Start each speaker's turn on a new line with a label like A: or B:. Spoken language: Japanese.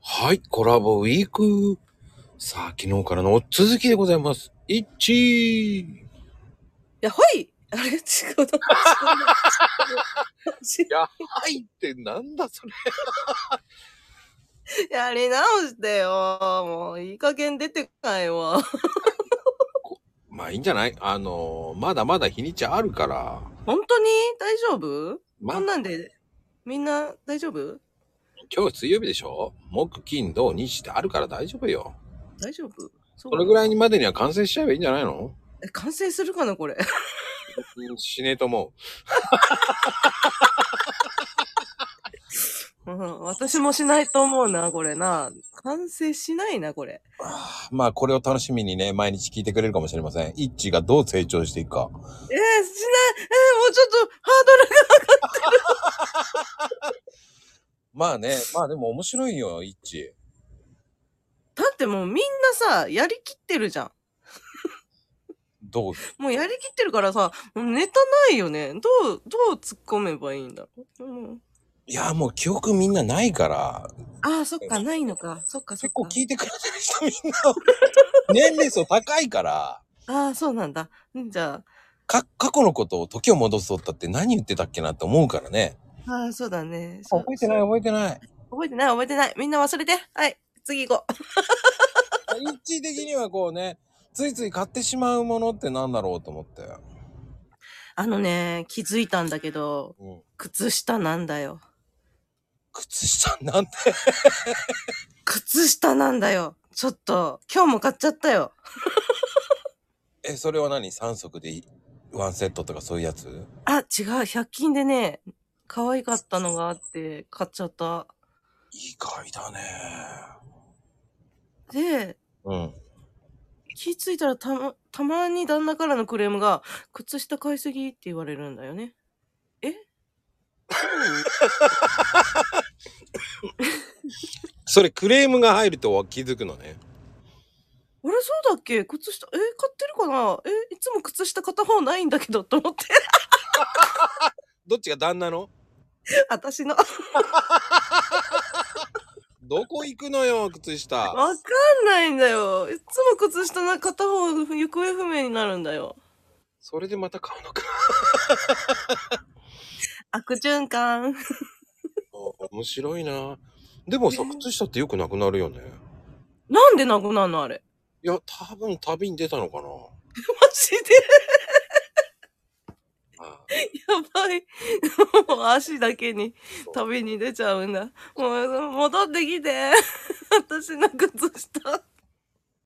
A: はい、コラボウィーク。さあ、昨日からの続きでございます。1
B: やはいあれ違うな。違う
A: やはいってなんだそれ。
B: やり直してよ。もういい加減出てかいわ。
A: まあいいんじゃないあのー、まだまだ日にちあるから。
B: 本当に大丈夫
A: ま
B: こ
A: あ
B: ん、なんで、みんな大丈夫
A: 今日水曜日でしょ木、金、土、日ってあるから大丈夫よ。
B: 大丈夫そ
A: それぐら
B: い
A: いにまでには完成しちゃえばいいんじゃないの
B: え、完成するかなこれ。
A: うんしねえと思
B: うん私もしないと思うな、これな。完成しないな、これ。
A: う。まあこれを楽しみにね、毎日聞いてくれるかもしれません。イッチがどう成長していくか。
B: えー、しない、えー、もうちょっとハードル
A: まあね、まあでも面白いよ、イッチ。
B: が。だってもうみんなさ、やりきってるじゃん。
A: どう
B: もうやりきってるからさ、もうネタないよね。どう、どう突っ込めばいいんだろう。うん
A: いや、もう記憶みんなないから、
B: ああ、そっか、ないのか。そっか、そ
A: 結
B: っ
A: 構
B: か。
A: 聞いてくれてる人みんな、年齢層高い から、
B: ああ、そうなんだ。んじゃ
A: か、過去のことを時を戻そうったって何言ってたっけなって思うからね。
B: あ、ああ、そうだね。そう
A: 覚えてない覚えてない。
B: 覚えてない、覚えてない。みんな忘れて。はい、次行こう。
A: 一時的にはこうね、ついつい買ってしまうものってなんだろうと思って。
B: あのね、気づいたんだけど、
A: うん。
B: 靴下なんだよ。
A: 靴下なんて。
B: 靴下なんだよ。ちょっと、今日も買っちゃったよ。
A: え、それは何 ?3 足でいワンセットとかそういうやつ
B: あ、違う、100均でね、可愛かったのがあって、買っちゃった。
A: 意外だね。
B: で、
A: うん。
B: 気づいたらたま、たまに旦那からのクレームが、靴下買いすぎって言われるんだよね。 え
A: それクレームが入ると気づくのね。
B: あれそうだっけ靴下、え、買ってるかなえ、いつも靴下片方ないんだけど、と思って。
A: どっちが旦那の
B: 私の。
A: どこ行くのよ、靴下。
B: わかんないんだよ。いつも靴下の片方、行方不明になるんだよ。
A: それでまた買うのか。
B: 悪循環。
A: 面白いな。でもさ、
B: ね
A: 靴下ってよくなくなるよね。
B: なんでなくなるのあれ。
A: いや、多分旅に出たのかな。
B: マジ
A: ああ
B: でやばい。 もう足だけに 旅に出ちゃうんだ。もう戻ってきて。私の靴下。